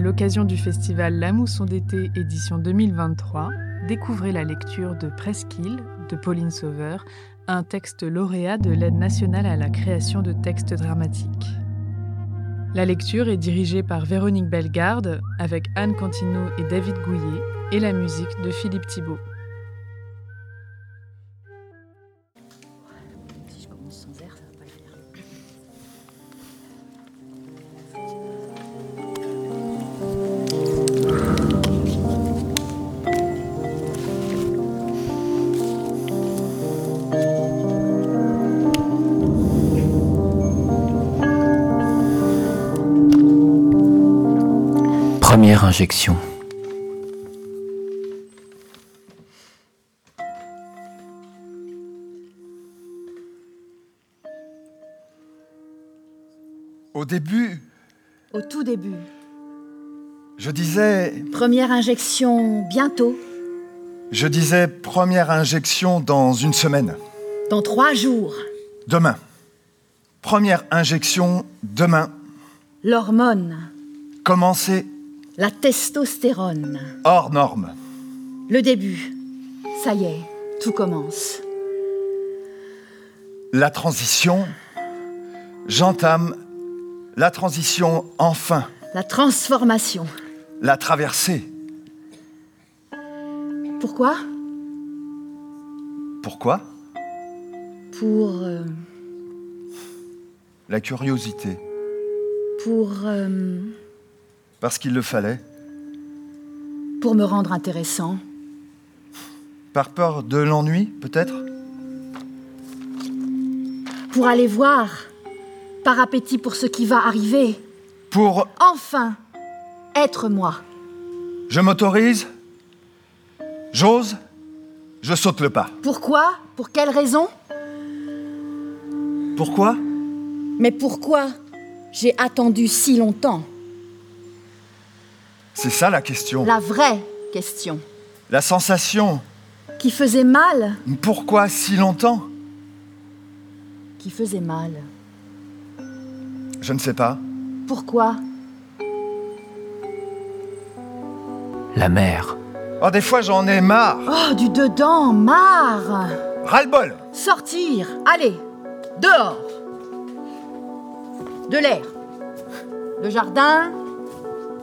l'occasion du festival La Mousson d'été édition 2023, découvrez la lecture de Presqu'île de Pauline Sauveur, un texte lauréat de l'aide nationale à la création de textes dramatiques. La lecture est dirigée par Véronique Bellegarde avec Anne Cantino et David Gouillet et la musique de Philippe Thibault. Première injection. Au début, Au tout début. je disais, Première injection bientôt, je disais première injection dans une semaine, dans trois jours. demain. Première injection demain. L'hormone, Commencer la testostérone. hors norme. Le début. Ça y est, tout commence. La transition. J'entame la transition enfin, La transformation. la traversée. Pourquoi Pourquoi Pour... euh, La curiosité. pour... euh, Parce qu'il le fallait. pour me rendre intéressant. Par peur de l'ennui, peut-être Pour aller voir. Par appétit pour ce qui va arriver. Pour Enfin, être moi. Je m'autorise, j'ose, je saute le pas. Pourquoi Pour quelle raison Pourquoi Mais pourquoi j'ai attendu si longtemps C'est ça la question. La vraie question. La sensation. Qui faisait mal Pourquoi si longtemps Qui faisait mal. Je ne sais pas. Pourquoi La mer. Oh, des fois j'en ai marre. Oh, du dedans, marre Ras-le-bol Sortir Allez Dehors De l'air Le jardin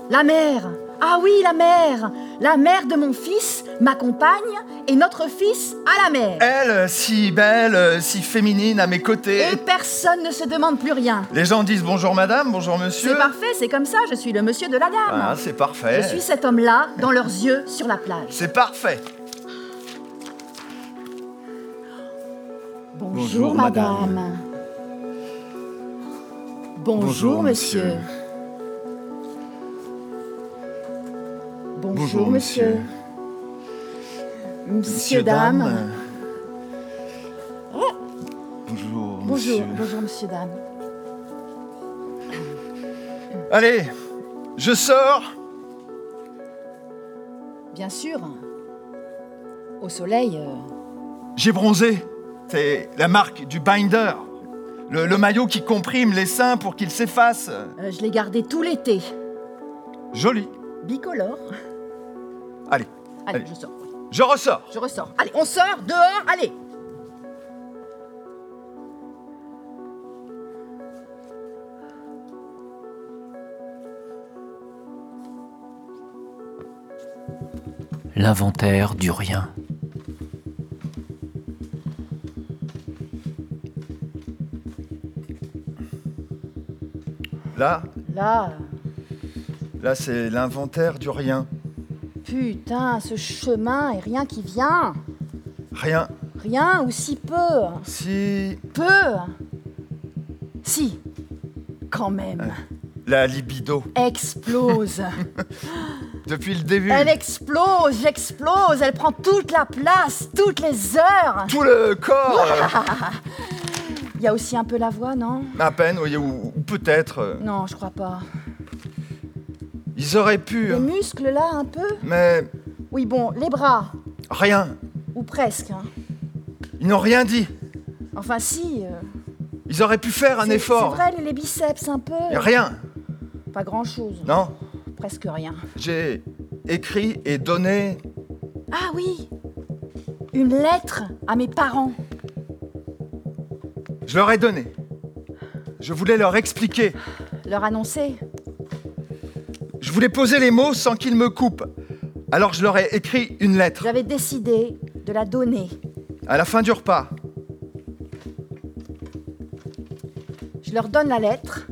La mer Ah oui, la mer La mère de mon fils m'accompagne et notre fils à la mer Elle, si belle, si féminine à mes côtés. Et personne ne se demande plus rien. Les gens disent bonjour madame, bonjour monsieur. C'est parfait, c'est comme ça, je suis le monsieur de la dame. Ah, c'est parfait. Je suis cet homme-là dans leurs yeux sur la plage. C'est parfait. Bonjour, Bonjour, madame. madame. Bonjour, Bonjour, monsieur. monsieur. Bonjour, Bonjour, monsieur. monsieur. Monsieur, dame. Bonjour. Bonjour, monsieur. bonjour, monsieur, dame. Allez, je sors. Bien sûr. Au soleil, euh, J'ai bronzé. C'est la marque du binder. Le, le maillot qui comprime les seins pour qu'ils s'effacent. euh, je l'ai gardé tout l'été. Joli. Bicolore. Allez, Allez, Allez. je sors. je ressors. Je ressors. Allez, on sort dehors, allez L'inventaire du rien. Là, Là, là c'est l'inventaire du rien. putain, ce chemin et rien qui vient. Rien. Rien ou si peu. hein. Si Peu Si, quand même. la libido. Explose. Depuis le début. elle explose, j'explose, elle prend toute la place, toutes les heures. Tout le corps. euh, Il y a aussi un peu la voix, non à peine, oui, ou, ou peut-être. euh, Non, je crois pas. Ils auraient pu. hein. Les muscles là, un peu Mais Oui, bon, les bras, rien. ou presque. hein. Ils n'ont rien dit. Enfin, si. euh, Ils auraient pu faire un c'est- effort. C'est vrai, les- les biceps, un peu. Rien. Pas grand chose. Non presque rien. J'ai écrit et donné Ah oui Une lettre à mes parents. Je leur ai donné. Je voulais leur expliquer. Leur annoncer. Je voulais poser les mots sans qu'ils me coupent. Alors je leur ai écrit une lettre. J'avais décidé de la donner. À la fin du repas, Je leur donne la lettre.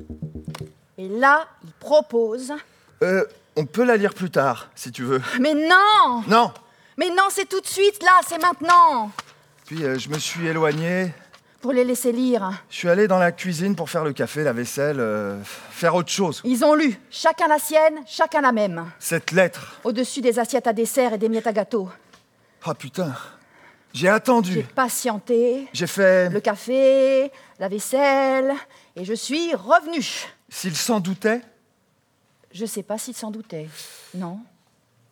Et là, ils proposent. euh, on peut la lire plus tard, si tu veux. Mais non Non Mais non, c'est tout de suite, là, c'est maintenant Puis euh, je me suis éloigné. Pour les laisser lire. Je suis allé dans la cuisine pour faire le café, la vaisselle, euh, faire autre chose. Ils ont lu, chacun la sienne, chacun la même. Cette lettre. Au-dessus des assiettes à dessert et des miettes à gâteau. Ah putain. J'ai J'ai attendu. patienté, J'ai fait. le café, la vaisselle, et je suis revenue. S'ils s'en doutaient Je sais pas s'ils s'en doutaient. Non,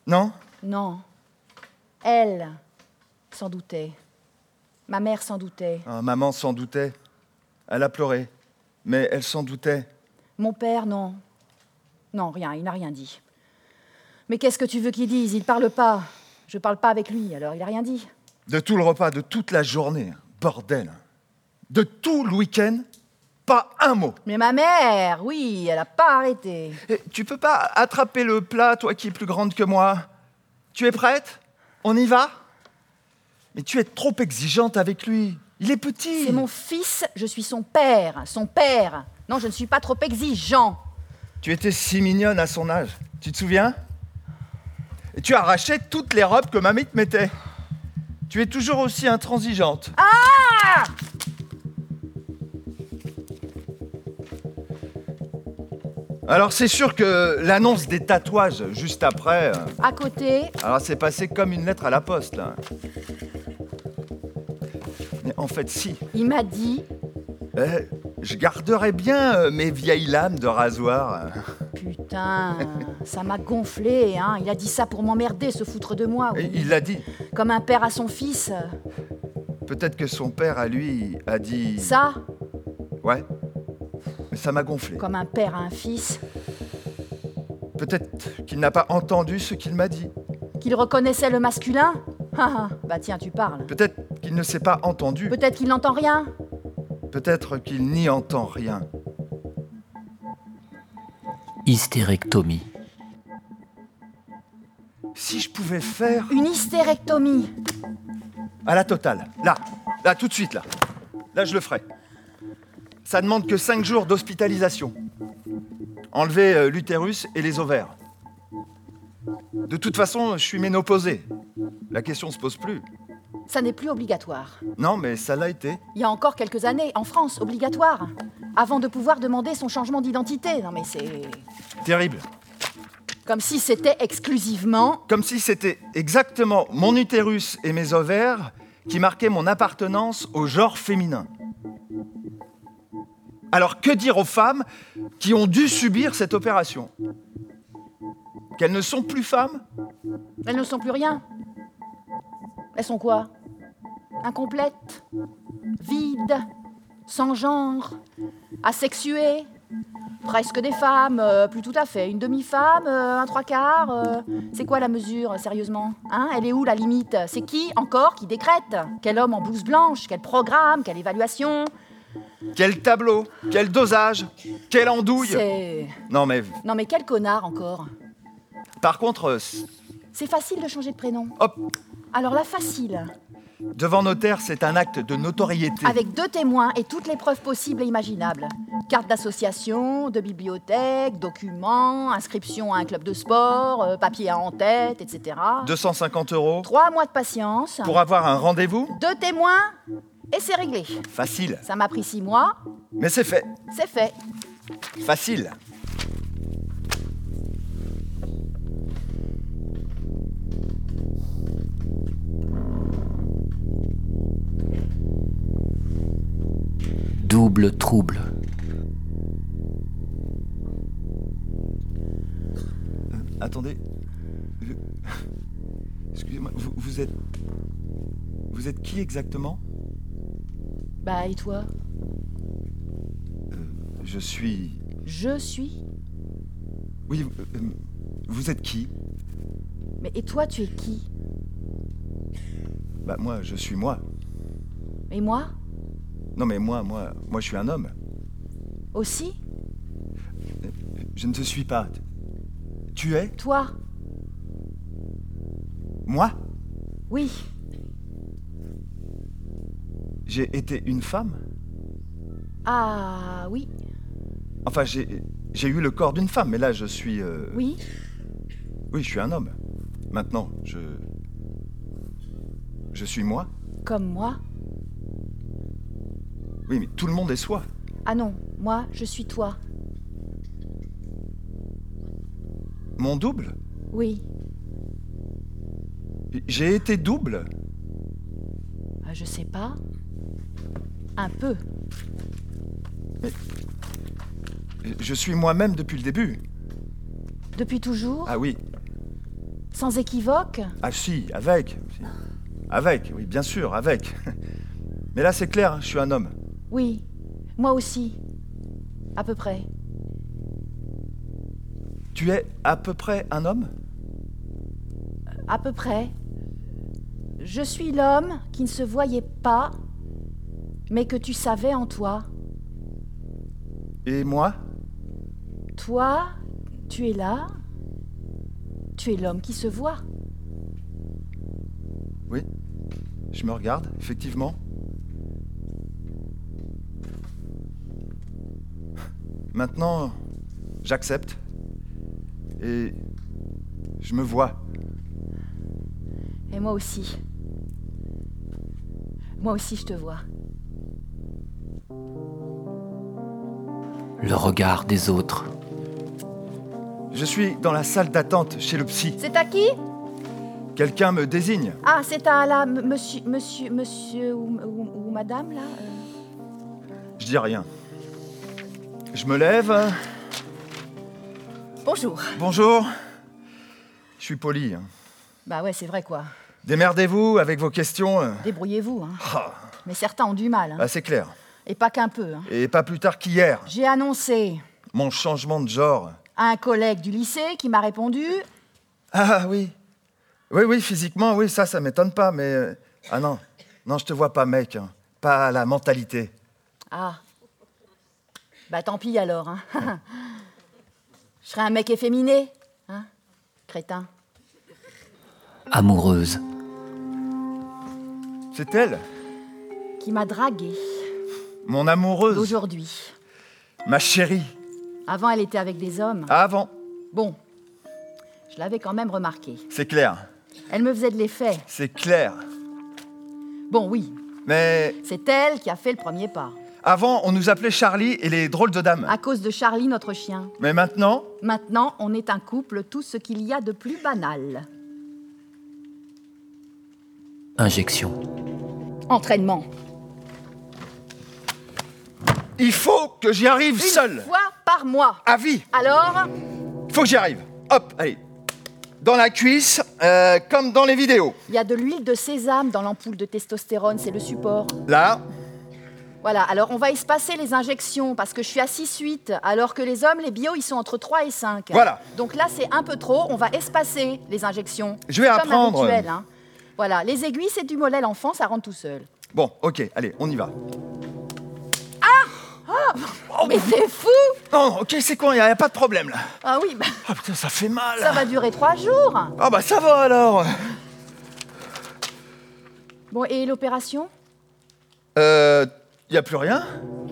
Non non. Elle s'en doutait. Ma mère s'en doutait. Ah, Maman s'en doutait. Elle a pleuré. Mais elle s'en doutait. Mon père, non. Non, rien, il n'a rien dit. Mais qu'est-ce que tu veux qu'il dise Il parle pas. Je parle pas avec lui, alors il n'a rien dit. De tout le repas, de toute la journée. Bordel. De tout le week-end, pas un mot. Mais ma mère, oui, elle n'a pas arrêté. Eh, tu peux pas attraper le plat, toi qui es plus grande que moi Tu es prête On y va Mais tu es trop exigeante avec lui. Il est petit. C'est mon fils, je suis son père, son père. Non, je ne suis pas trop exigeant. Tu étais si mignonne à son âge. Tu te souviens Et tu arrachais toutes les robes que mamie te mettait. Tu es toujours aussi intransigeante. Ah Alors c'est sûr que l'annonce des tatouages juste après, euh, À côté, alors c'est passé comme une lettre à la poste là. Mais en fait si, il m'a dit, Euh, je garderais bien euh, mes vieilles lames de rasoir. putain, ça m'a gonflé, hein. Il a dit ça pour m'emmerder, se foutre de moi. Et oui. il l'a dit. Comme un père à son fils. Peut-être que son père, à lui, a dit. Ça, Ouais. Mais ça m'a gonflé. comme un père à un fils, Peut-être qu'il n'a pas entendu ce qu'il m'a dit. qu'il reconnaissait le masculin. Ah, ah, bah tiens, tu parles. Peut-être qu'il ne s'est pas entendu. Peut-être qu'il n'entend rien. Peut-être qu'il n'y entend rien. Hystérectomie. Si je pouvais faire. Une hystérectomie. À la totale. Là. Là, tout de suite, là. Là, je le ferai. Ça demande que 5 jours d'hospitalisation. Enlever euh, l'utérus et les ovaires. De toute façon, je suis ménopausé. La question se pose plus. Ça n'est plus obligatoire. Non, mais ça l'a été. Il y a encore quelques années, en France, obligatoire. Avant de pouvoir demander son changement d'identité. Non mais c'est... Terrible. Comme si c'était exclusivement comme si c'était exactement mon utérus et mes ovaires qui marquaient mon appartenance au genre féminin. Alors que dire aux femmes qui ont dû subir cette opération Qu'elles ne sont plus femmes Elles ne sont plus rien. Elles sont quoi Incomplètes, vides, sans genre, asexuées, presque des femmes, euh, plus tout à fait, une demi-femme, euh, un trois-quarts. euh, c'est quoi la mesure, euh, sérieusement hein Elle est où la limite C'est qui encore qui décrète Quel homme en blouse blanche Quel programme Quelle évaluation Quel tableau Quel dosage Quelle andouille C'est. Non mais Non mais quel connard encore par contre, euh, c- C'est facile de changer de prénom. hop, Alors la facile. devant notaire, c'est un acte de notoriété. Avec deux témoins et toutes les preuves possibles et imaginables. Carte d'association, de bibliothèque, documents, inscription à un club de sport, euh, papier à en-tête, etc. 250 euros Trois mois de patience, pour avoir un rendez-vous deux témoins, et c'est réglé. Facile. Ça m'a pris six mois, Mais c'est fait. c'est fait. Facile. Double trouble. Attendez. Je- Excusez-moi, vous, vous êtes. Vous êtes qui exactement Bah et toi Je suis. Je suis Oui, euh, euh, Vous êtes qui Mais et toi, tu es qui Bah moi, je suis moi. Et moi Non mais moi, moi, moi je suis un homme. Aussi Je ne te suis pas. Tu es Toi Moi Oui. J'ai été une femme Ah oui, Enfin, j'ai j'ai eu le corps d'une femme, mais là je suis... euh, oui. Oui, je suis un homme. Maintenant, je... Je suis moi Comme moi. Oui, mais tout le monde est soi. Ah non, moi, je suis toi. Mon double Oui. J'ai été double Ah, je sais pas. Un peu. Je suis moi-même depuis le début. Depuis toujours Ah oui. Sans équivoque Ah si, avec. Si. Avec, oui, bien sûr, avec. Mais là, c'est clair, hein, je suis un homme. Oui. Moi aussi. À peu près. Tu es à peu près un homme À peu près. Je suis l'homme qui ne se voyait pas, mais que tu savais en toi. Et moi Toi, tu es là. Tu es l'homme qui se voit. Oui. Je me regarde, effectivement. Maintenant, j'accepte. Et je me vois. Et moi aussi. Moi aussi, je te vois. le regard des autres. Je suis dans la salle d'attente chez le psy. C'est à qui Quelqu'un me désigne. Ah, c'est à la m- monsieur, monsieur, monsieur ou, ou- ou madame, là euh. Je dis rien. Je me lève. Bonjour. Bonjour. Je suis poli. hein. Bah ouais, c'est vrai, quoi. Démerdez-vous avec vos questions. euh. Débrouillez-vous, hein. Ah, Mais certains ont du mal, hein. bah, c'est clair. Et pas qu'un peu, hein. Et pas plus tard qu'hier, J'ai annoncé mon changement de genre. à un collègue du lycée qui m'a répondu Ah oui. Oui, oui, physiquement, oui, ça, ça m'étonne pas, mais. euh, Ah non, non, je te vois pas, mec. hein. Pas la mentalité. Ah. Bah tant pis alors. Hein. Je serais un mec efféminé, hein Crétin. Amoureuse, C'est elle, Qui m'a dragué mon amoureuse, aujourd'hui. ma chérie. Avant, elle était avec des hommes. Avant, Bon, je l'avais quand même remarqué. c'est clair, Elle me faisait de l'effet. c'est clair. Bon, oui, Mais c'est elle qui a fait le premier pas. avant, on nous appelait Charlie et les drôles de dames. À cause de Charlie, notre chien. Mais maintenant, Maintenant, on est un couple, tout ce qu'il y a de plus banal. injection, Entraînement. il faut que j'y arrive Une seul. fois par mois. À vie. Alors, Faut que j'y arrive. Hop, allez. Dans la cuisse, euh, comme dans les vidéos. il y a de l'huile de sésame dans l'ampoule de testostérone, c'est le support. Là, Voilà, alors on va espacer les injections parce que je suis à 6-8, alors que les hommes, les bio, ils sont entre 3 et 5. Voilà. Donc là, c'est un peu trop, on va espacer les injections. Je vais Comme un apprendre. rituel, hein. Voilà, les aiguilles, c'est du mollet, l'enfant, ça rentre tout seul. bon, ok, allez, on y va. Oh. Mais c'est fou Non, ok, c'est con, il n'y a, y a pas de problème là. Ah oui, bah, Ah putain, ça fait mal. ça va durer 3 jours. Ah bah ça va alors. Bon, et l'opération Euh, y a plus rien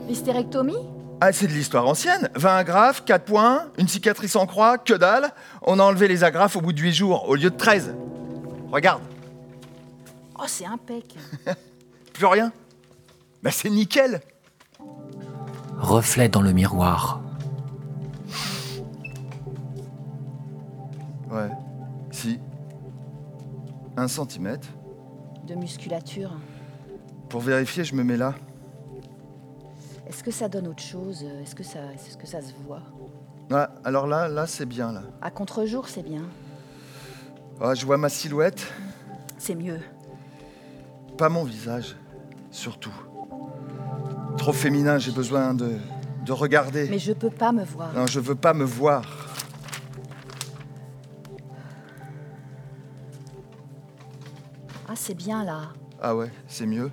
L'hystérectomie Ah, c'est de l'histoire ancienne. 20 agrafes, 4 points, une cicatrice en croix, que dalle. On a enlevé les agrafes au bout de 8 jours au lieu de 13. Regarde, Oh, c'est impec. plus rien. Bah c'est nickel. reflet dans le miroir, Ouais. Si. Un centimètre. De musculature. Pour vérifier, je me mets là. Est-ce que ça donne autre chose euh, Est-ce que, ça, est que ça se voit Ouais, alors là, là, c'est bien là. À contre-jour, c'est bien. Ah, je vois ma silhouette, C'est mieux. pas mon visage, surtout. Trop féminin, j'ai besoin de, de regarder. Mais je peux pas me voir. Non, je veux pas me voir. Ah, c'est bien là. Ah ouais, c'est mieux.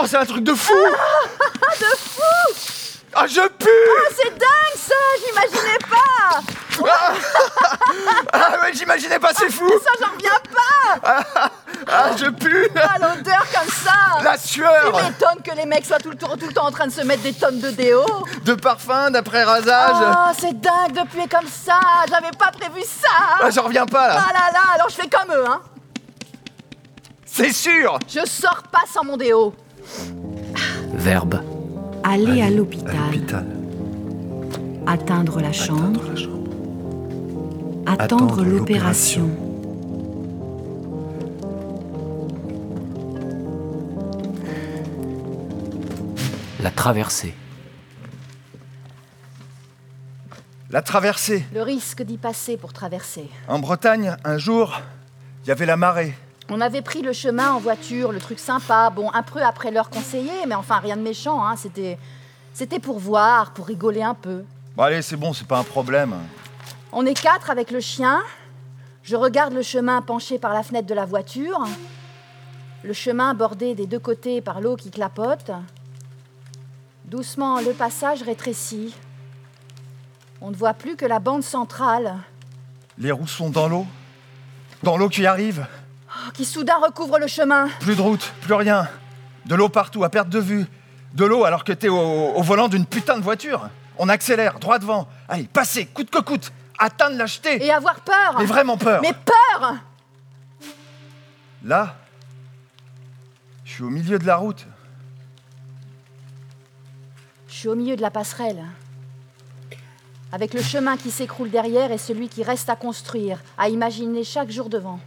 Oh, c'est un truc de fou De ah, fou Ah, je pue C'est dingue ça, j'imaginais pas Ah ouais, j'imaginais pas, c'est fou Ça, j'en reviens Ah, je pue pas à l'odeur comme ça La sueur Tu m'étonnes que les mecs soient tout le, tour- tout le temps en train de se mettre des tonnes de déo De parfum, d'après-rasage Oh, c'est dingue de puer comme ça J'avais pas prévu ça Ah, j'en reviens pas, là Ah là là, alors je fais comme eux, hein C'est sûr Je sors pas sans mon déo Verbe. Aller à l'hôpital, atteindre la chambre, Atteindre la chambre. attendre Attendre l'opération, La traversée. La traversée. Le risque d'y passer pour traverser. En Bretagne, un jour, il y avait la marée. On avait pris le chemin en voiture, le truc sympa, bon, un peu après l'heure conseillée, mais enfin rien de méchant, hein, c'était... C'était pour voir, pour rigoler un peu. Bon, allez, c'est bon, c'est pas un problème. On est quatre avec le chien. Je regarde le chemin penché par la fenêtre de la voiture. Le chemin bordé des deux côtés par l'eau qui clapote. Doucement, le passage rétrécit. On ne voit plus que la bande centrale, Les roues sont dans l'eau. Dans l'eau qui arrive. oh, qui soudain recouvre le chemin. Plus de route, plus rien. De l'eau partout, à perte de vue. De l'eau alors que t'es au, au volant d'une putain de voiture. On accélère, droit devant. Allez, passez, coûte que coûte. Atteindre l'acheter. Et avoir peur Mais vraiment peur. Mais peur Là, je suis au milieu de la route. Je suis au milieu de la passerelle. Avec le chemin qui s'écroule derrière et celui qui reste à construire, à imaginer chaque jour devant.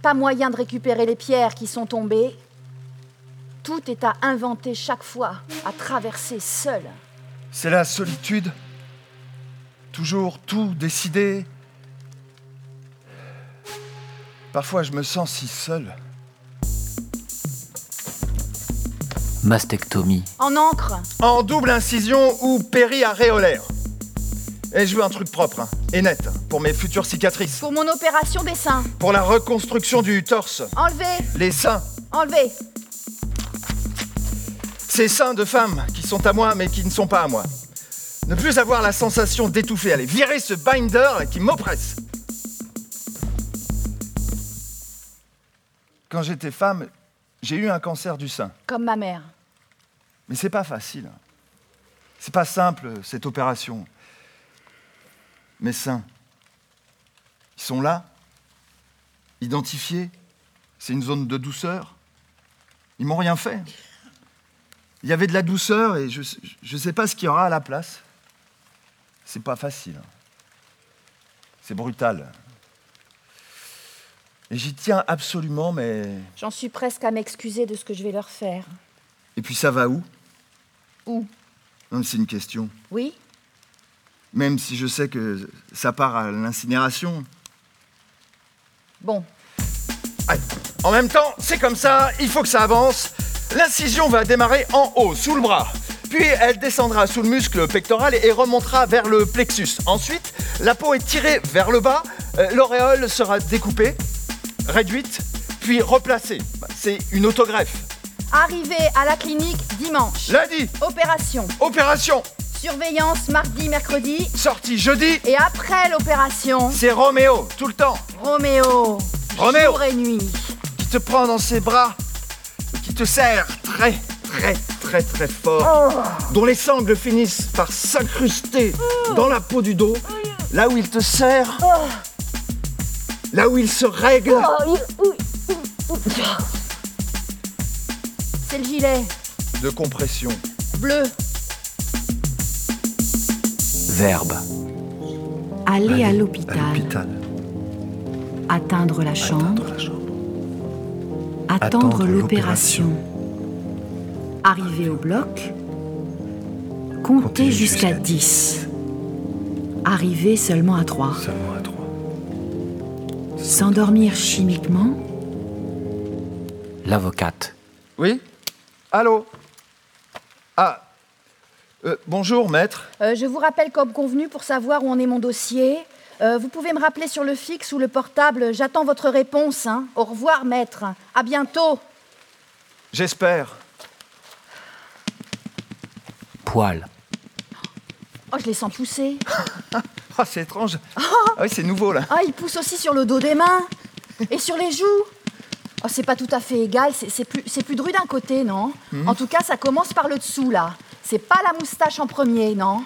Pas moyen de récupérer les pierres qui sont tombées. Tout est à inventer chaque fois, à traverser seul. C'est la solitude. Toujours tout décidé. Parfois, je me sens si seul. Mastectomie. En encre, En double incision ou péri-aréolaire. Et je veux un truc propre hein, et net hein, pour mes futures cicatrices. pour mon opération des seins. Pour la reconstruction du torse, Enlever, les seins. enlever. Ces seins de femmes qui sont à moi mais qui ne sont pas à moi. Ne plus avoir la sensation d'étouffer. Allez, virer ce binder là, qui m'oppresse. Quand j'étais femme, j'ai eu un cancer du sein. Comme ma mère. Mais c'est pas facile. C'est pas simple, cette opération. Mes seins, ils sont là, identifiés. C'est une zone de douceur. Ils m'ont rien fait. Il y avait de la douceur et je ne sais pas ce qu'il y aura à la place. C'est pas facile. C'est brutal. Et j'y tiens absolument, mais. J'en suis presque à m'excuser de ce que je vais leur faire. Et puis ça va où Où Non, mais C'est une question. Oui Même si je sais que ça part à l'incinération. Bon. Aïe. En même temps, c'est comme ça, il faut que ça avance. L'incision va démarrer en haut, sous le bras. Puis elle descendra sous le muscle pectoral et remontera vers le plexus. Ensuite, la peau est tirée vers le bas, euh, l'auréole sera découpée, réduite, puis replacée. Bah, C'est une autogreffe. Arrivée à la clinique dimanche. Lundi, Opération. opération, Surveillance mardi, mercredi. sortie jeudi, Et après l'opération, c'est Roméo, tout le temps. Roméo. Roméo Jour et nuit. qui te prend dans ses bras, qui te serre très, très, très, très fort, dont les sangles finissent par s'incruster dans la peau du dos, là où il te serre, là où il se règle. C'est le gilet. De compression. Bleu. Verbe. aller à À l'hôpital, l'hôpital. atteindre la chambre, Atteindre la chambre. attendre Attendre l'opération, arriver au bloc, compter jusqu'à 10, arriver seulement à 3, Seulement à trois. s'endormir chimiquement, L'avocate. Oui Allô Ah. euh, bonjour, maître. Euh, je vous rappelle comme convenu pour savoir où en est mon dossier. Euh, vous pouvez me rappeler sur le fixe ou le portable. J'attends votre réponse. hein. Au revoir, maître. À bientôt. J'espère. Poil. Oh, je les sens pousser. Ah, c'est étrange. Ah oui, c'est nouveau là. Ah, ils poussent aussi sur le dos des mains et sur les joues. Oh, c'est pas tout à fait égal. C'est c'est plus, c'est plus dru d'un côté, non En tout cas, ça commence par le dessous, là. C'est pas la moustache en premier, non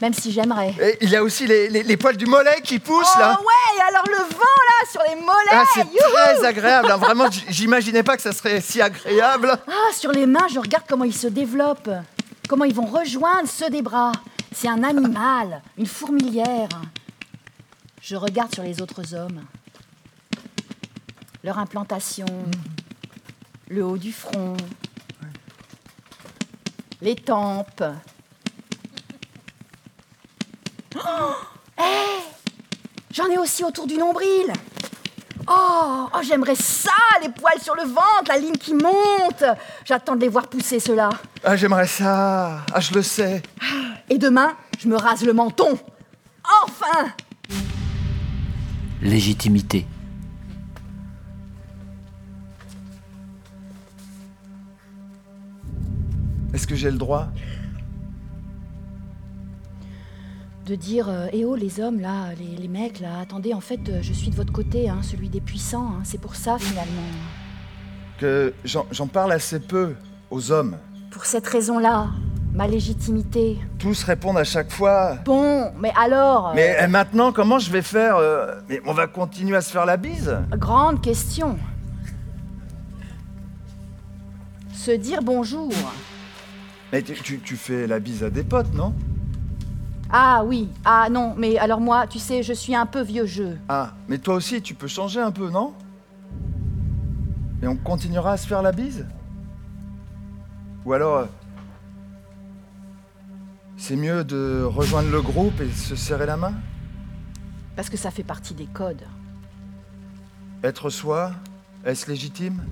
Même si j'aimerais. Et il y a aussi les, les- les poils du mollet qui poussent oh là. ouais, alors le vent, là, sur les mollets. Ah, c'est youhou très agréable. hein. Vraiment, j- j'imaginais pas que ça serait si agréable. Ah, sur les mains, je regarde comment ils se développent, comment ils vont rejoindre ceux des bras. C'est un animal, une fourmilière. Je regarde sur les autres hommes. Leur implantation, le haut du front, les tempes. Oh, hey, J'en ai aussi autour du nombril. Oh, oh, j'aimerais ça, les poils sur le ventre, la ligne qui monte. J'attends de les voir pousser ceux-là. Ah, j'aimerais ça. Ah, je le sais. Et demain, je me rase le menton. Enfin Légitimité. Est-ce que j'ai le droit De dire, euh, eh oh les hommes là, les, les mecs là, attendez, en fait, euh, je suis de votre côté, hein, celui des puissants, hein, c'est pour ça finalement. que j'en j'en parle assez peu aux hommes Pour cette raison-là, ma légitimité. Tous répondent à chaque fois. Bon, mais alors euh, Mais euh, maintenant, comment je vais faire euh, Mais on va continuer à se faire la bise euh, Grande question. Se dire bonjour. Mais tu, tu- tu fais la bise à des potes, non Ah oui, ah non, mais alors moi, tu sais, je suis un peu vieux jeu. Ah, mais toi aussi, tu peux changer un peu, non Et on continuera à se faire la bise Ou alors, euh, c'est mieux de rejoindre le groupe et se serrer la main Parce que ça fait partie des codes. Être soi, est-ce légitime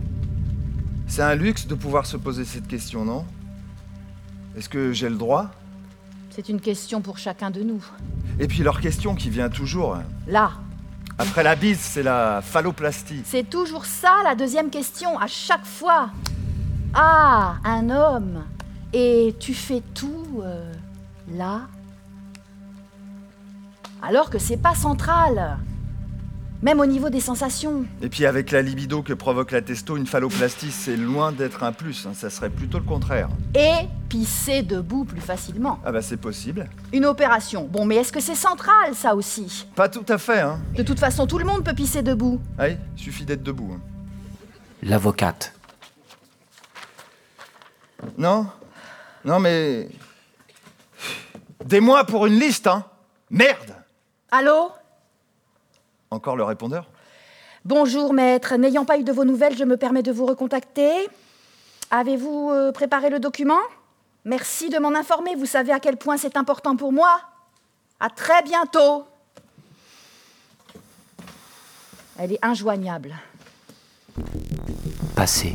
C'est un luxe de pouvoir se poser cette question, non Est-ce que j'ai le droit C'est une question pour chacun de nous. Et puis leur question qui vient toujours. hein. Là, Après la bise, c'est la phalloplastie. c'est toujours ça la deuxième question, à chaque fois. Ah, un homme. Et tu fais tout euh, là Alors que c'est pas central. Même au niveau des sensations. Et puis avec la libido que provoque la testo, une phalloplastie, c'est loin d'être un plus. hein. Ça serait plutôt le contraire. Et pisser debout plus facilement. Ah bah c'est possible. Une opération. Bon, mais est-ce que c'est central ça aussi Pas tout à fait, hein. De toute façon, tout le monde peut pisser debout. Oui, suffit d'être debout. hein. L'avocate. Non Non mais... Des mois pour une liste, hein Merde Allô Encore le répondeur Bonjour maître, n'ayant pas eu de vos nouvelles, je me permets de vous recontacter. Avez-vous euh, préparé le document Merci de m'en informer, vous savez à quel point c'est important pour moi. À très bientôt. Elle est injoignable. Passé.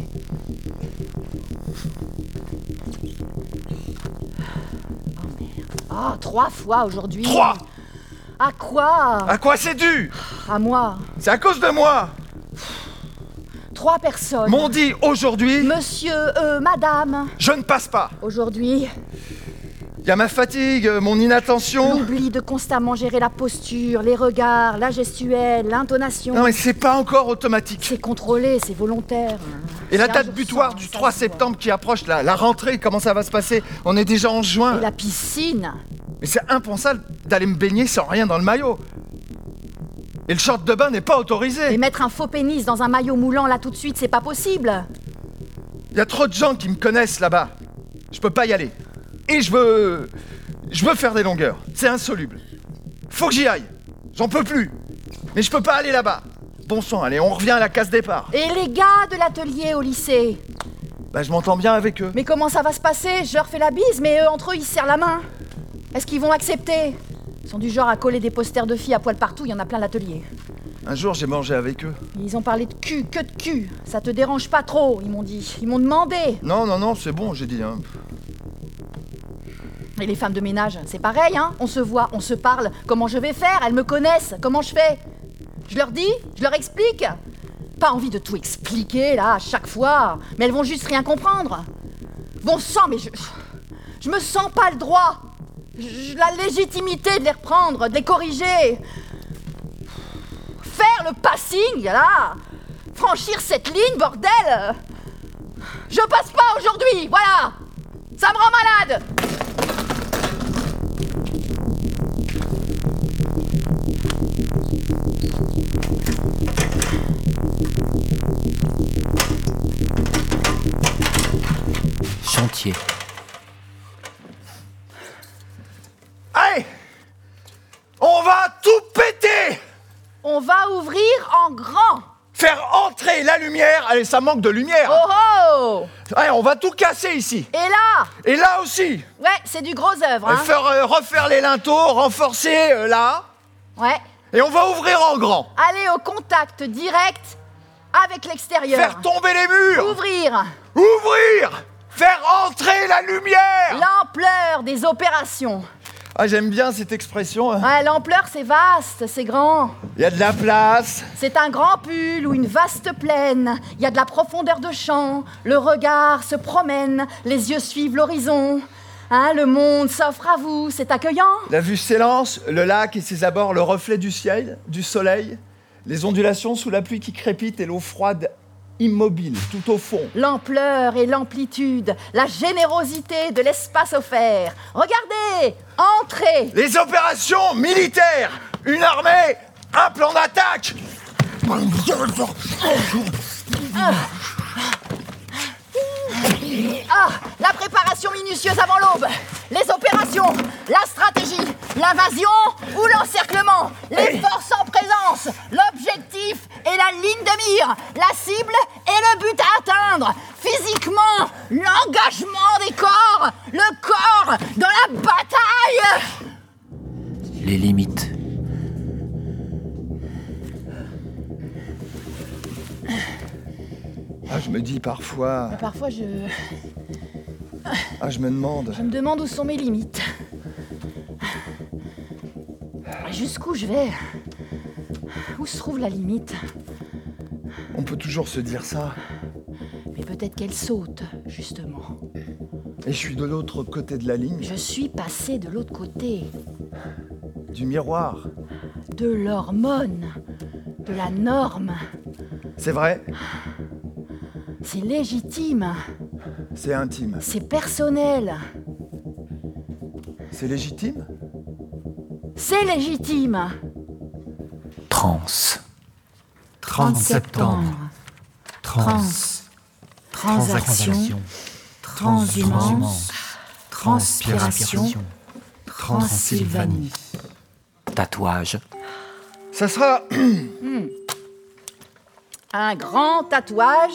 Ah, trois fois aujourd'hui. Trois À quoi À quoi c'est dû À moi. C'est à cause de moi Trois personnes. M'ont dit aujourd'hui, Monsieur, euh, madame. je ne passe pas. Aujourd'hui, Il y a ma fatigue, mon inattention. l'oubli de constamment gérer la posture, les regards, la gestuelle, l'intonation. Non mais c'est pas encore automatique. C'est contrôlé, c'est volontaire. Et la C'est un date jour butoir sans, du ça 3 se septembre qui approche, la, la rentrée, comment ça va se passer On est déjà en voit. juin. Et la piscine Mais c'est impensable d'aller me baigner sans rien dans le maillot. Et le short de bain n'est pas Et autorisé. mettre un faux pénis dans un maillot moulant là tout de suite, c'est pas possible Il y a trop de gens qui me connaissent là-bas. Je peux pas y aller. Et je veux... Je veux faire des longueurs. C'est insoluble. Faut que j'y aille. J'en peux plus. Mais je peux pas aller là-bas. Bon sang, allez, on revient à la case départ. Et les gars de l'atelier au lycée Bah je m'entends bien avec eux. Mais comment ça va se passer Je leur fais la bise, mais eux, entre eux, ils se serrent la main. Est-ce qu'ils vont accepter Ils sont du genre à coller des posters de filles à poil partout, il y en a plein à l'atelier. Un jour j'ai mangé avec eux. Ils ont parlé de cul, que de cul. Ça te dérange pas trop, ils m'ont dit. Ils m'ont demandé. Non, non, non, c'est bon, j'ai dit. hein. Et les femmes de ménage, c'est pareil, hein On se voit, on se parle. Comment je vais faire Elles me connaissent. Comment je fais Je leur dis Je leur explique Pas envie de tout expliquer, là, à chaque fois. Mais elles vont juste rien comprendre. Bon sang, mais je... Je me sens pas le droit J- La légitimité de les reprendre, de les corriger Faire le passing, là Franchir cette ligne, bordel Je passe pas aujourd'hui, voilà Ça me rend malade Chantier. Allez On va tout péter On va ouvrir en grand Faire entrer la lumière Allez, ça manque de lumière Oh oh Allez, on va tout casser ici Et là Et là aussi Ouais, c'est du gros œuvre, hein Faire, euh, Refaire les linteaux, renforcer euh, là Ouais. Et on va ouvrir en grand Aller au contact direct avec l'extérieur. Faire tomber les murs Ouvrir Ouvrir Faire entrer la lumière l'ampleur des opérations. Ah, j'aime bien cette expression. hein. Ouais, l'ampleur, c'est vaste, c'est grand. Il y a de la place. C'est un grand pull ou une vaste plaine. Il y a de la profondeur de champ. Le regard se promène. Les yeux suivent l'horizon. Hein, le monde s'offre à vous. C'est accueillant. La vue s'élance, le lac et ses abords, le reflet du ciel, du soleil, les ondulations sous la pluie qui crépite et l'eau froide immobile tout au fond. L'ampleur et l'amplitude. La générosité de l'espace offert. Regardez. Entrez. Les opérations militaires, une armée, un plan d'attaque. Ah, la préparation minutieuse avant l'aube, les opérations, la stratégie, l'invasion ou l'encerclement, les forces en présence, l'objectif et la ligne de mire, la cible et le but à atteindre, physiquement, l'engagement des corps, le corps dans la bataille. Les limites. Ah, je me dis parfois, Parfois, je, ah, je me demande, je me demande où sont mes limites. Jusqu'où je vais Où se trouve la limite on peut toujours se dire ça. Mais peut-être qu'elle saute, justement. Et je suis de l'autre côté de la ligne, Je suis passée de l'autre côté, du miroir. de l'hormone, de la norme. C'est vrai, C'est légitime, c'est intime, c'est personnel, c'est légitime. c'est légitime. Trans. 30 septembre. Trans. Transaction. Transhumance. Transpiration. Transylvanie. Tatouage. Ça sera Un grand tatouage,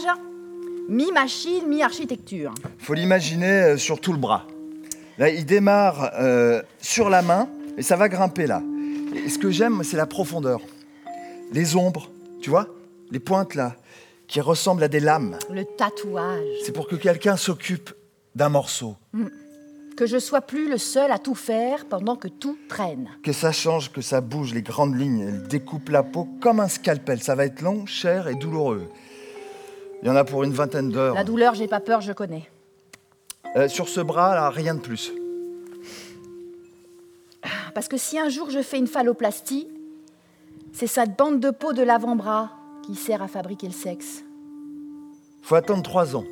mi-machine, mi-architecture. faut l'imaginer euh, sur tout le bras. Là, il démarre euh, sur la main et ça va grimper là. Et ce que j'aime, c'est la profondeur. Les ombres, tu vois Les pointes là, qui ressemblent à des lames. Le tatouage. C'est pour que quelqu'un s'occupe d'un morceau, Que je sois plus le seul à tout faire pendant que tout traîne. que ça change, que ça bouge les grandes lignes. Elle découpe la peau comme un scalpel. Ça va être long, cher et douloureux. Il y en a pour une vingtaine d'heures. La douleur, j'ai pas peur, je connais. Euh, sur ce bras là, rien de plus. Parce que si un jour je fais une phalloplastie, c'est cette bande de peau de l'avant-bras qui sert à fabriquer le sexe. faut attendre trois ans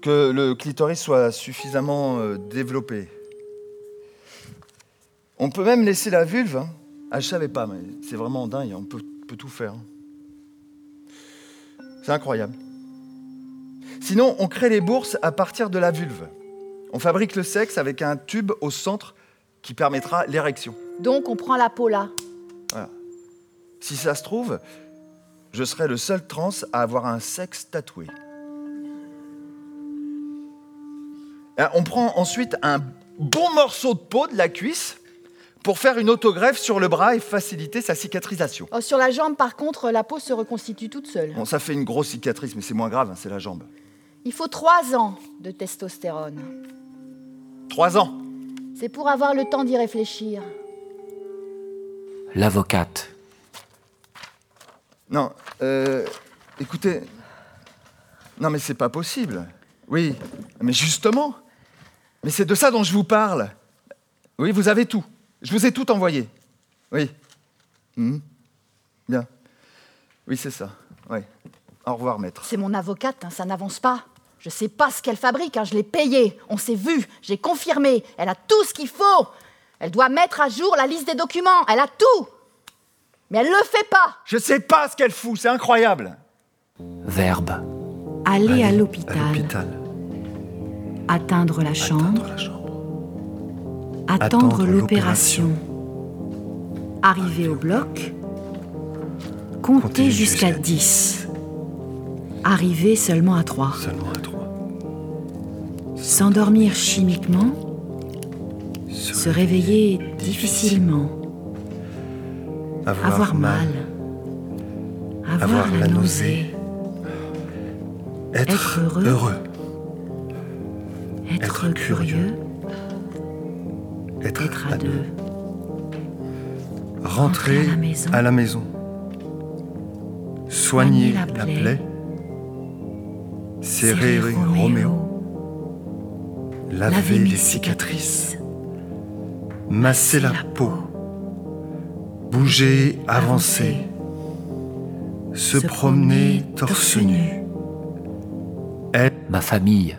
que le clitoris soit suffisamment euh, développé. On peut même laisser la vulve. hein. Ah, je savais pas, mais c'est vraiment dingue. On peut, peut tout faire. hein. C'est incroyable. Sinon, on crée les bourses à partir de la vulve. On fabrique le sexe avec un tube au centre qui permettra l'érection. Donc on prend la peau là. Si ça se trouve, je serai le seul trans à avoir un sexe tatoué. Euh, On prend ensuite un bon morceau de peau de la cuisse pour faire une autogreffe sur le bras et faciliter sa cicatrisation. Oh, sur la jambe, par contre, la peau se reconstitue toute seule. Bon, ça fait une grosse cicatrice, mais c'est moins grave, hein, c'est la jambe. Il faut trois ans de testostérone. Trois ans. C'est pour avoir le temps d'y réfléchir. l'avocate, Non, euh, écoutez. Non, mais c'est pas possible. Oui, mais justement. Mais c'est de ça dont je vous parle. Oui, vous avez tout. Je vous ai tout envoyé. Oui. Mhm. Bien. Oui, c'est ça. Oui. Au revoir, maître. C'est mon avocate, hein, ça n'avance pas. Je sais pas ce qu'elle fabrique, hein, je l'ai payée, on s'est vu, j'ai confirmé, elle a tout ce qu'il faut. Elle doit mettre à jour la liste des documents, elle a tout. Mais elle le fait pas. Je sais pas ce qu'elle fout, c'est incroyable. verbe, Aller à À l'hôpital. l'hôpital. Atteindre la chambre. Atteindre la chambre. Attendre Attendre l'opération. Arriver au bloc. Compter jusqu'à 10. Arriver seulement à 3. Seulement à trois. S'endormir chimiquement. Se réveiller difficilement. Avoir, Avoir mal. mal. Avoir la nausée. Être, Être heureux. heureux. Être Être curieux. Être, Être à deux. Rentrer Rentrer à la maison. à la maison. Soigner la, plaie. Serrer Roméo. Laver les cicatrices. Masser la peau. Bouger, avancer. Se promener torse nu. Être ma famille,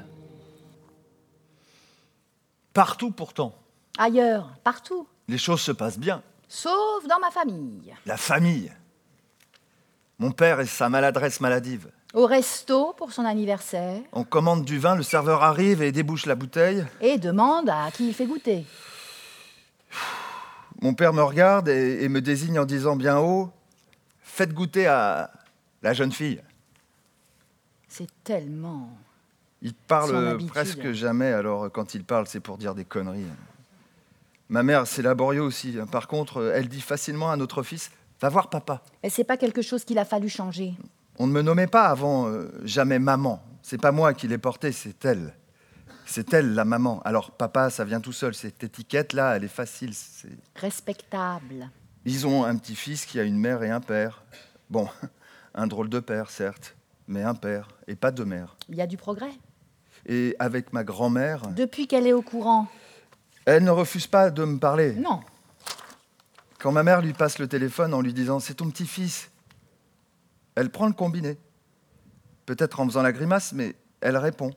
Partout pourtant, Ailleurs, partout, les choses se passent bien. sauf dans ma famille. La famille. Mon père et sa maladresse maladive. Au resto pour son anniversaire On commande du vin, le serveur arrive et débouche la bouteille. et demande à qui il fait goûter. Mon père me regarde et, et me désigne en disant bien haut Faites goûter à la jeune fille. C'est tellement. Il Son parle habitude. presque jamais, alors quand il parle, c'est pour dire des conneries. Ma mère, c'est laborieux aussi. Par contre, elle dit facilement à notre fils Va voir papa. Mais c'est pas quelque chose qu'il a fallu changer. On ne me nommait pas avant euh, jamais maman. C'est pas moi qui l'ai porté, c'est elle. C'est elle, la maman. Alors, papa, ça vient tout seul. Cette étiquette-là, elle est facile. c'est- Respectable. Ils ont un petit-fils qui a une mère et un père. Bon, un drôle de père, certes, mais un père et pas deux mères. Il y a du progrès. Et avec ma grand-mère, Depuis qu'elle est au courant. elle ne refuse pas de me parler. Non. Quand ma mère lui passe le téléphone en lui disant C'est ton petit-fils, elle prend le combiné. Peut-être en faisant la grimace, mais elle répond.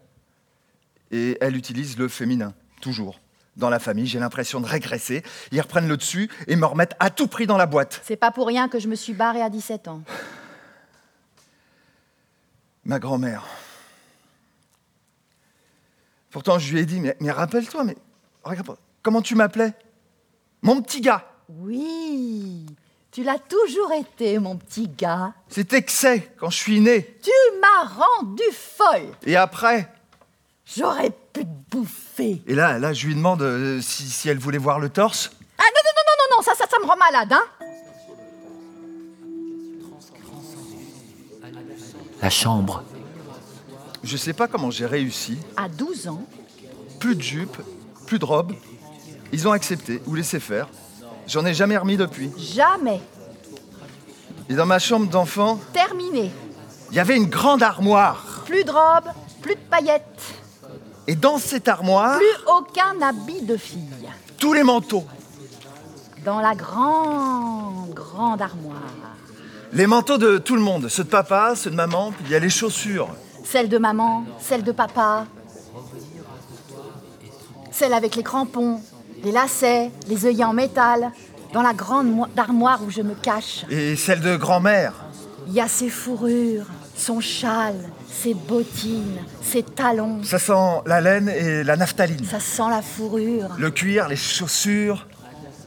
Et elle utilise le féminin, toujours. Dans la famille, j'ai l'impression de régresser. Ils reprennent le dessus et me remettent à tout prix dans la boîte. C'est pas pour rien que je me suis barrée à 17 ans. Ma grand-mère. Pourtant, je lui ai dit Mais, mais rappelle-toi, mais regarde, comment tu m'appelais Mon petit gars Oui. Tu l'as toujours été, mon petit gars. Cet excès quand je suis né. Tu m'as rendu folle. Et après, J'aurais pu te bouffer. Et là, là, je lui demande euh, si, si elle voulait voir le torse. Ah non, non, non, non, non, non, ça, ça, ça me rend malade, hein. la chambre, Je sais pas comment j'ai réussi. À 12 ans, Plus de jupe, plus de robe. Ils ont accepté ou laissé faire. J'en ai jamais remis depuis. jamais Et dans ma chambre d'enfant, terminé. il y avait une grande armoire. Plus de robes, plus de paillettes, Et dans cette armoire, plus aucun habit de fille. tous les manteaux. Dans la grande, grande armoire. Les manteaux de tout le monde. Ceux de papa, ceux de maman, puis il y a les chaussures. Celle de maman, celle de papa. Celle avec les crampons, les lacets, les œillets en métal. Dans la grande mo- armoire où je me cache, Et celles de grand-mère. il y a ses fourrures, son châle, ses bottines, ses talons. Ça sent la laine et la naphtaline. Ça sent la fourrure. Le cuir, les chaussures.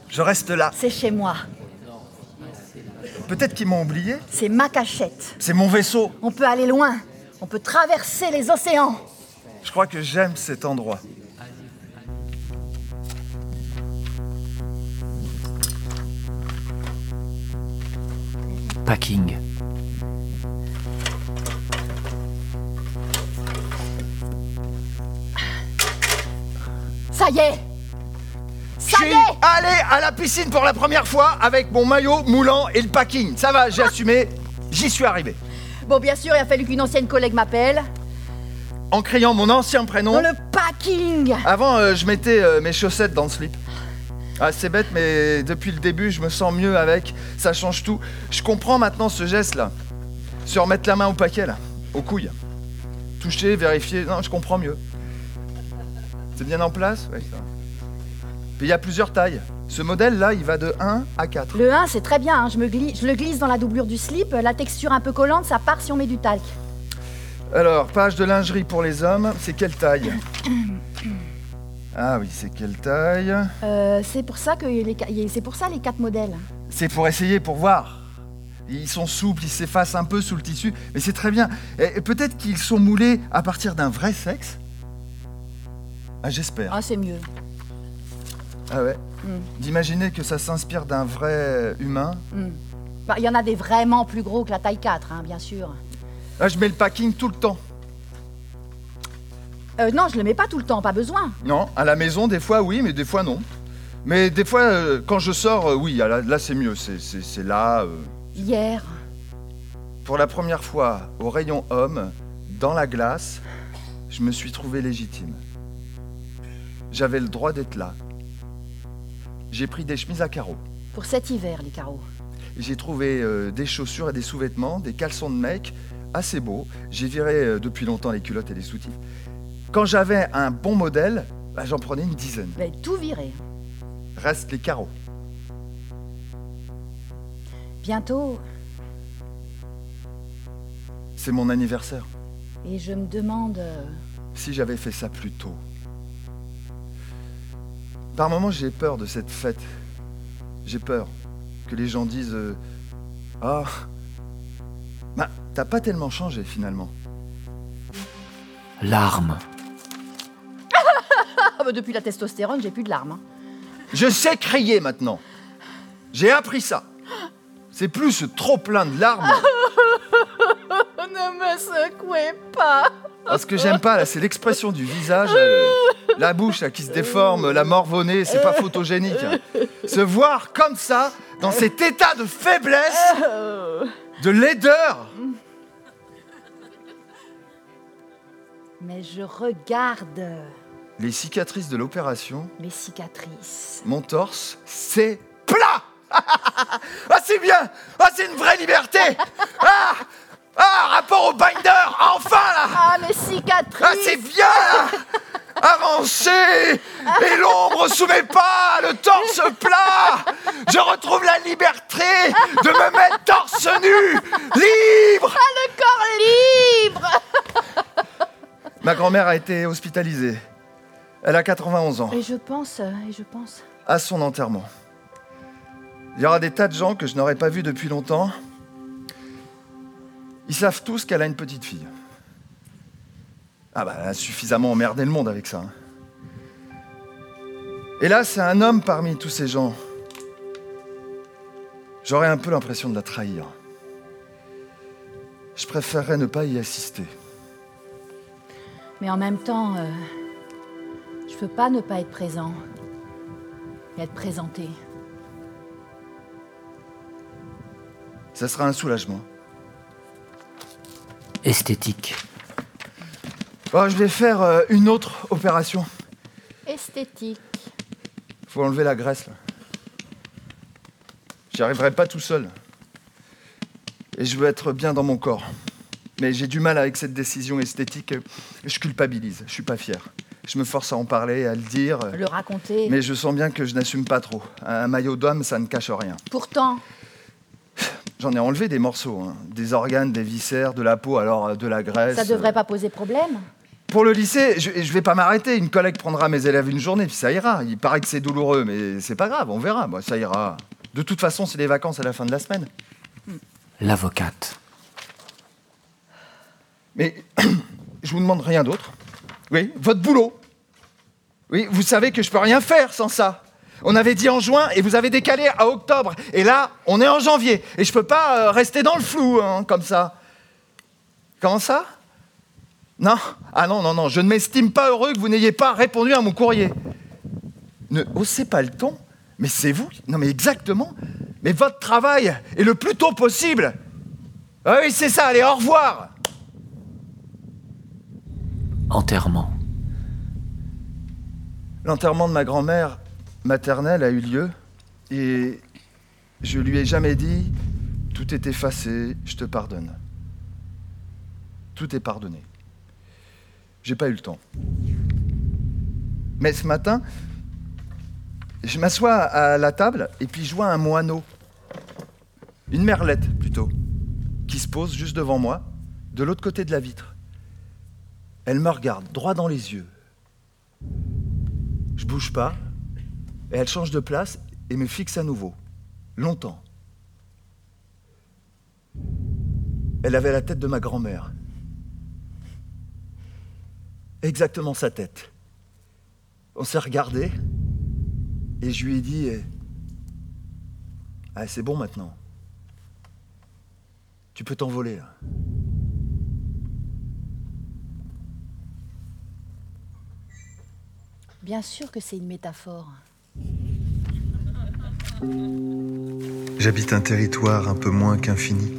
Je reste là. C'est chez moi. Peut-être qu'ils m'ont oublié. C'est ma cachette. C'est mon vaisseau. On peut aller loin. On peut traverser les océans. Je crois que j'aime cet endroit. packing, Ça Ça y est Ça Je y suis est allé à la piscine pour la première fois avec mon maillot moulant et le packing. Ça va, Ah. j'ai assumé, j'y suis arrivé. Bon, bien sûr, il a fallu qu'une ancienne collègue m'appelle. En criant mon ancien prénom. Dans le packing Avant, euh, je mettais euh, mes chaussettes dans le slip. Ah, c'est bête, mais depuis le début, je me sens mieux avec. Ça change tout. Je comprends maintenant ce geste-là. Se remettre la main au paquet, là. Aux couilles. Toucher, vérifier. Non, je comprends mieux. C'est bien en place Oui, ça. va. Puis il y a plusieurs tailles. Ce modèle-là, il va de 1 à 4. Le 1, c'est très bien, hein, je, me glisse, je le glisse dans la doublure du slip, la texture un peu collante, ça part si on met du talc. Alors, page de lingerie pour les hommes, c'est quelle taille Ah oui, c'est quelle taille Euh, c'est pour ça que les, ca- y- c'est pour ça les quatre modèles. C'est pour essayer, pour voir. Ils sont souples, ils s'effacent un peu sous le tissu, mais c'est très bien. Et et peut-être qu'ils sont moulés à partir d'un vrai sexe Ah, j'espère. Ah, c'est mieux. Ah ouais D'imaginer que ça s'inspire d'un vrai humain. Bah, Il y en a des vraiment plus gros que la taille 4, hein, bien sûr. Ah, je mets le packing tout le temps. Euh, non, je le mets pas tout le temps, pas besoin. Non, à la maison, des fois, oui, mais des fois, non. Mais des fois, euh, quand je sors, euh, oui, ah, là, là, c'est mieux. C'est- C'est c'est là. euh. Hier, Pour la première fois, au rayon homme, dans la glace, je me suis trouvé légitime. J'avais le droit d'être là. J'ai pris des chemises à carreaux. pour cet hiver, les carreaux. J'ai trouvé euh, des chaussures et des sous-vêtements, des caleçons de mec, assez beaux. J'ai viré euh, depuis longtemps les culottes et les soutifs. Quand j'avais un bon modèle, bah, j'en prenais une dizaine. Bah, tout viré. Reste les carreaux. Bientôt, C'est mon anniversaire. et je me demande. euh, Si j'avais fait ça plus tôt. Par moments, j'ai peur de cette fête. J'ai peur que les gens disent euh, Ah, bah, t'as pas tellement changé finalement. larmes, Ah, bah, depuis la testostérone, j'ai plus de larmes. hein. Je sais crier maintenant. J'ai appris ça. C'est plus ce trop-plein de larmes. Ne me secouez pas Ah, ce que j'aime pas, là, c'est l'expression du visage, euh, la bouche là, qui se déforme, la morve au nez, c'est pas photogénique. hein. Se voir comme ça, dans cet état de faiblesse, de laideur. Mais je regarde Les cicatrices de l'opération, mes cicatrices. mon torse, c'est plat Ah, c'est bien Ah, c'est une vraie liberté Ah Ah, rapport au binder Enfin, là Ah, mes Ah, c'est cicatrices bien, là Avancer Et l'ombre sous mes pas Le torse plat Je retrouve la liberté de me mettre torse nu Libre Le Ah, corps libre Ma grand-mère a été hospitalisée. Elle a 91 ans. Et je pense, euh, et je pense. à son enterrement. Il y aura des tas de gens que je n'aurais pas vus depuis longtemps. Ils savent tous qu'elle a une petite fille. Ah bah, elle a suffisamment emmerdé le monde avec ça. hein. Et là, c'est un homme parmi tous ces gens. J'aurais un peu l'impression de la trahir. Je préférerais ne pas y assister. Mais en même temps, euh, je peux pas ne pas être présent. Et être présenté. Ça sera un soulagement. esthétique, Bon, je vais faire euh, une autre opération. Esthétique. Faut enlever la graisse là. J'y arriverai pas tout seul. Et je veux être bien dans mon corps. Mais j'ai du mal avec cette décision esthétique. Je culpabilise, je suis pas fier. Je me force à en parler, à le dire. Le raconter. Mais je sens bien que je n'assume pas trop. Un maillot d'homme, ça ne cache rien. Pourtant, J'en ai enlevé des morceaux, hein. des organes, des viscères, de la peau, alors euh, de la graisse. ça devrait pas poser problème. Pour le lycée, je, je vais pas m'arrêter. Une collègue prendra mes élèves une journée, puis ça ira. Il paraît que c'est douloureux, mais c'est pas grave, on verra. Moi, ça ira. De toute façon, c'est les vacances à la fin de la semaine. l'avocate, Mais je vous demande rien d'autre. Oui, votre boulot. Oui, vous savez que je peux rien faire sans ça. On avait dit en juin et vous avez décalé à octobre. Et là, on est en janvier. Et je peux pas euh, rester dans le flou hein, comme ça. Comment ça Non Ah non, non, non, je ne m'estime pas heureux que vous n'ayez pas répondu à mon courrier. ne haussez pas le ton, mais c'est vous. Non, mais exactement. Mais votre travail est le plus tôt possible. Ah oui, c'est ça, allez, au revoir. Enterrement. L'enterrement de ma grand-mère maternelle a eu lieu et je lui ai jamais dit tout est effacé, je te pardonne. Tout est pardonné. J'ai pas eu le temps. Mais ce matin, je m'assois à la table et puis je vois un moineau, une merlette plutôt, qui se pose juste devant moi, de l'autre côté de la vitre. Elle me regarde droit dans les yeux. Je bouge pas et elle change de place et me fixe à nouveau, longtemps. Elle avait la tête de ma grand-mère. Exactement sa tête. On s'est regardé et je lui ai dit eh, Ah, c'est bon maintenant. Tu peux t'envoler là. Bien sûr que c'est une métaphore. J'habite un territoire un peu moins qu'infini.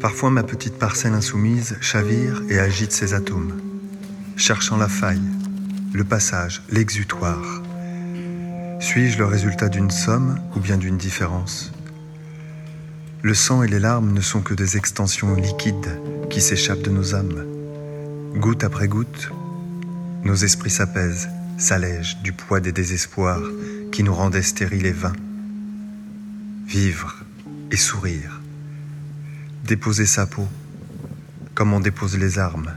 Parfois, ma petite parcelle insoumise chavire et agite ses atomes, cherchant la faille, le passage, l'exutoire. Suis-je le résultat d'une somme ou bien d'une différence Le sang et les larmes ne sont que des extensions liquides qui s'échappent de nos âmes. Goutte après goutte, nos esprits s'apaisent, s'allègent du poids des désespoirs qui nous rendaient stériles et vains. Vivre et sourire déposer sa peau, comme on dépose les armes,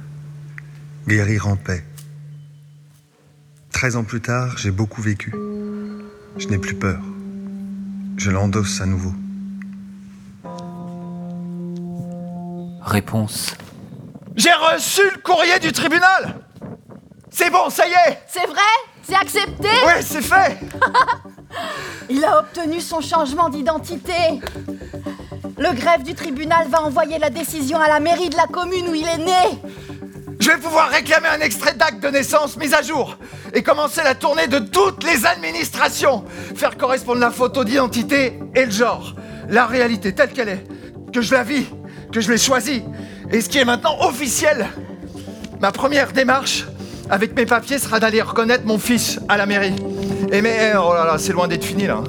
guérir en paix. Treize ans plus tard, j'ai beaucoup vécu. Je n'ai plus peur. Je l'endosse à nouveau. Réponse. J'ai reçu le courrier du tribunal C'est bon, ça y est C'est vrai C'est accepté Oui, c'est fait Il a obtenu son changement d'identité le greffe du tribunal va envoyer la décision à la mairie de la commune où il est né. Je vais pouvoir réclamer un extrait d'acte de naissance mis à jour et commencer la tournée de toutes les administrations. Faire correspondre la photo d'identité et le genre. La réalité telle qu'elle est, que je la vis, que je l'ai choisie et ce qui est maintenant officiel. Ma première démarche avec mes papiers sera d'aller reconnaître mon fils à la mairie. Et mais, oh là là, c'est loin d'être fini là.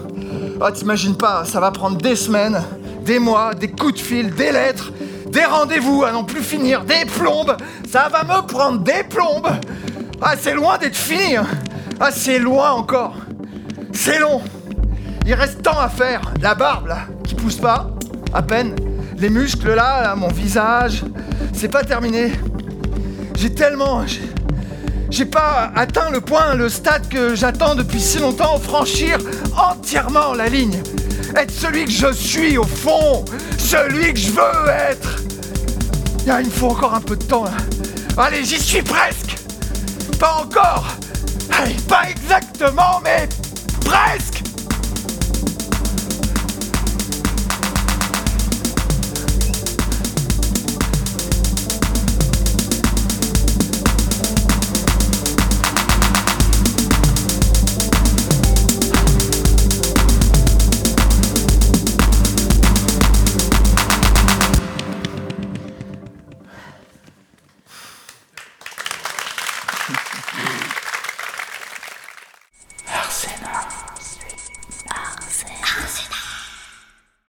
Ah, t'imagines pas, ça va prendre des semaines des mois, des coups de fil, des lettres, des rendez-vous à n'en plus finir, des plombes. Ça va me prendre des plombes. Ah, c'est loin d'être fini. hein. Ah, c'est loin encore. C'est long. Il reste tant à faire. La barbe, là, qui pousse pas, à peine. Les muscles, là, là mon visage. C'est pas terminé. J'ai tellement. j'ai- J'ai pas atteint le point, le stade que j'attends depuis si longtemps, franchir entièrement la ligne. Être celui que je suis au fond, celui que je veux être. Ah, il me faut encore un peu de temps là. Allez, j'y suis presque. Pas encore. Allez, pas exactement, mais presque.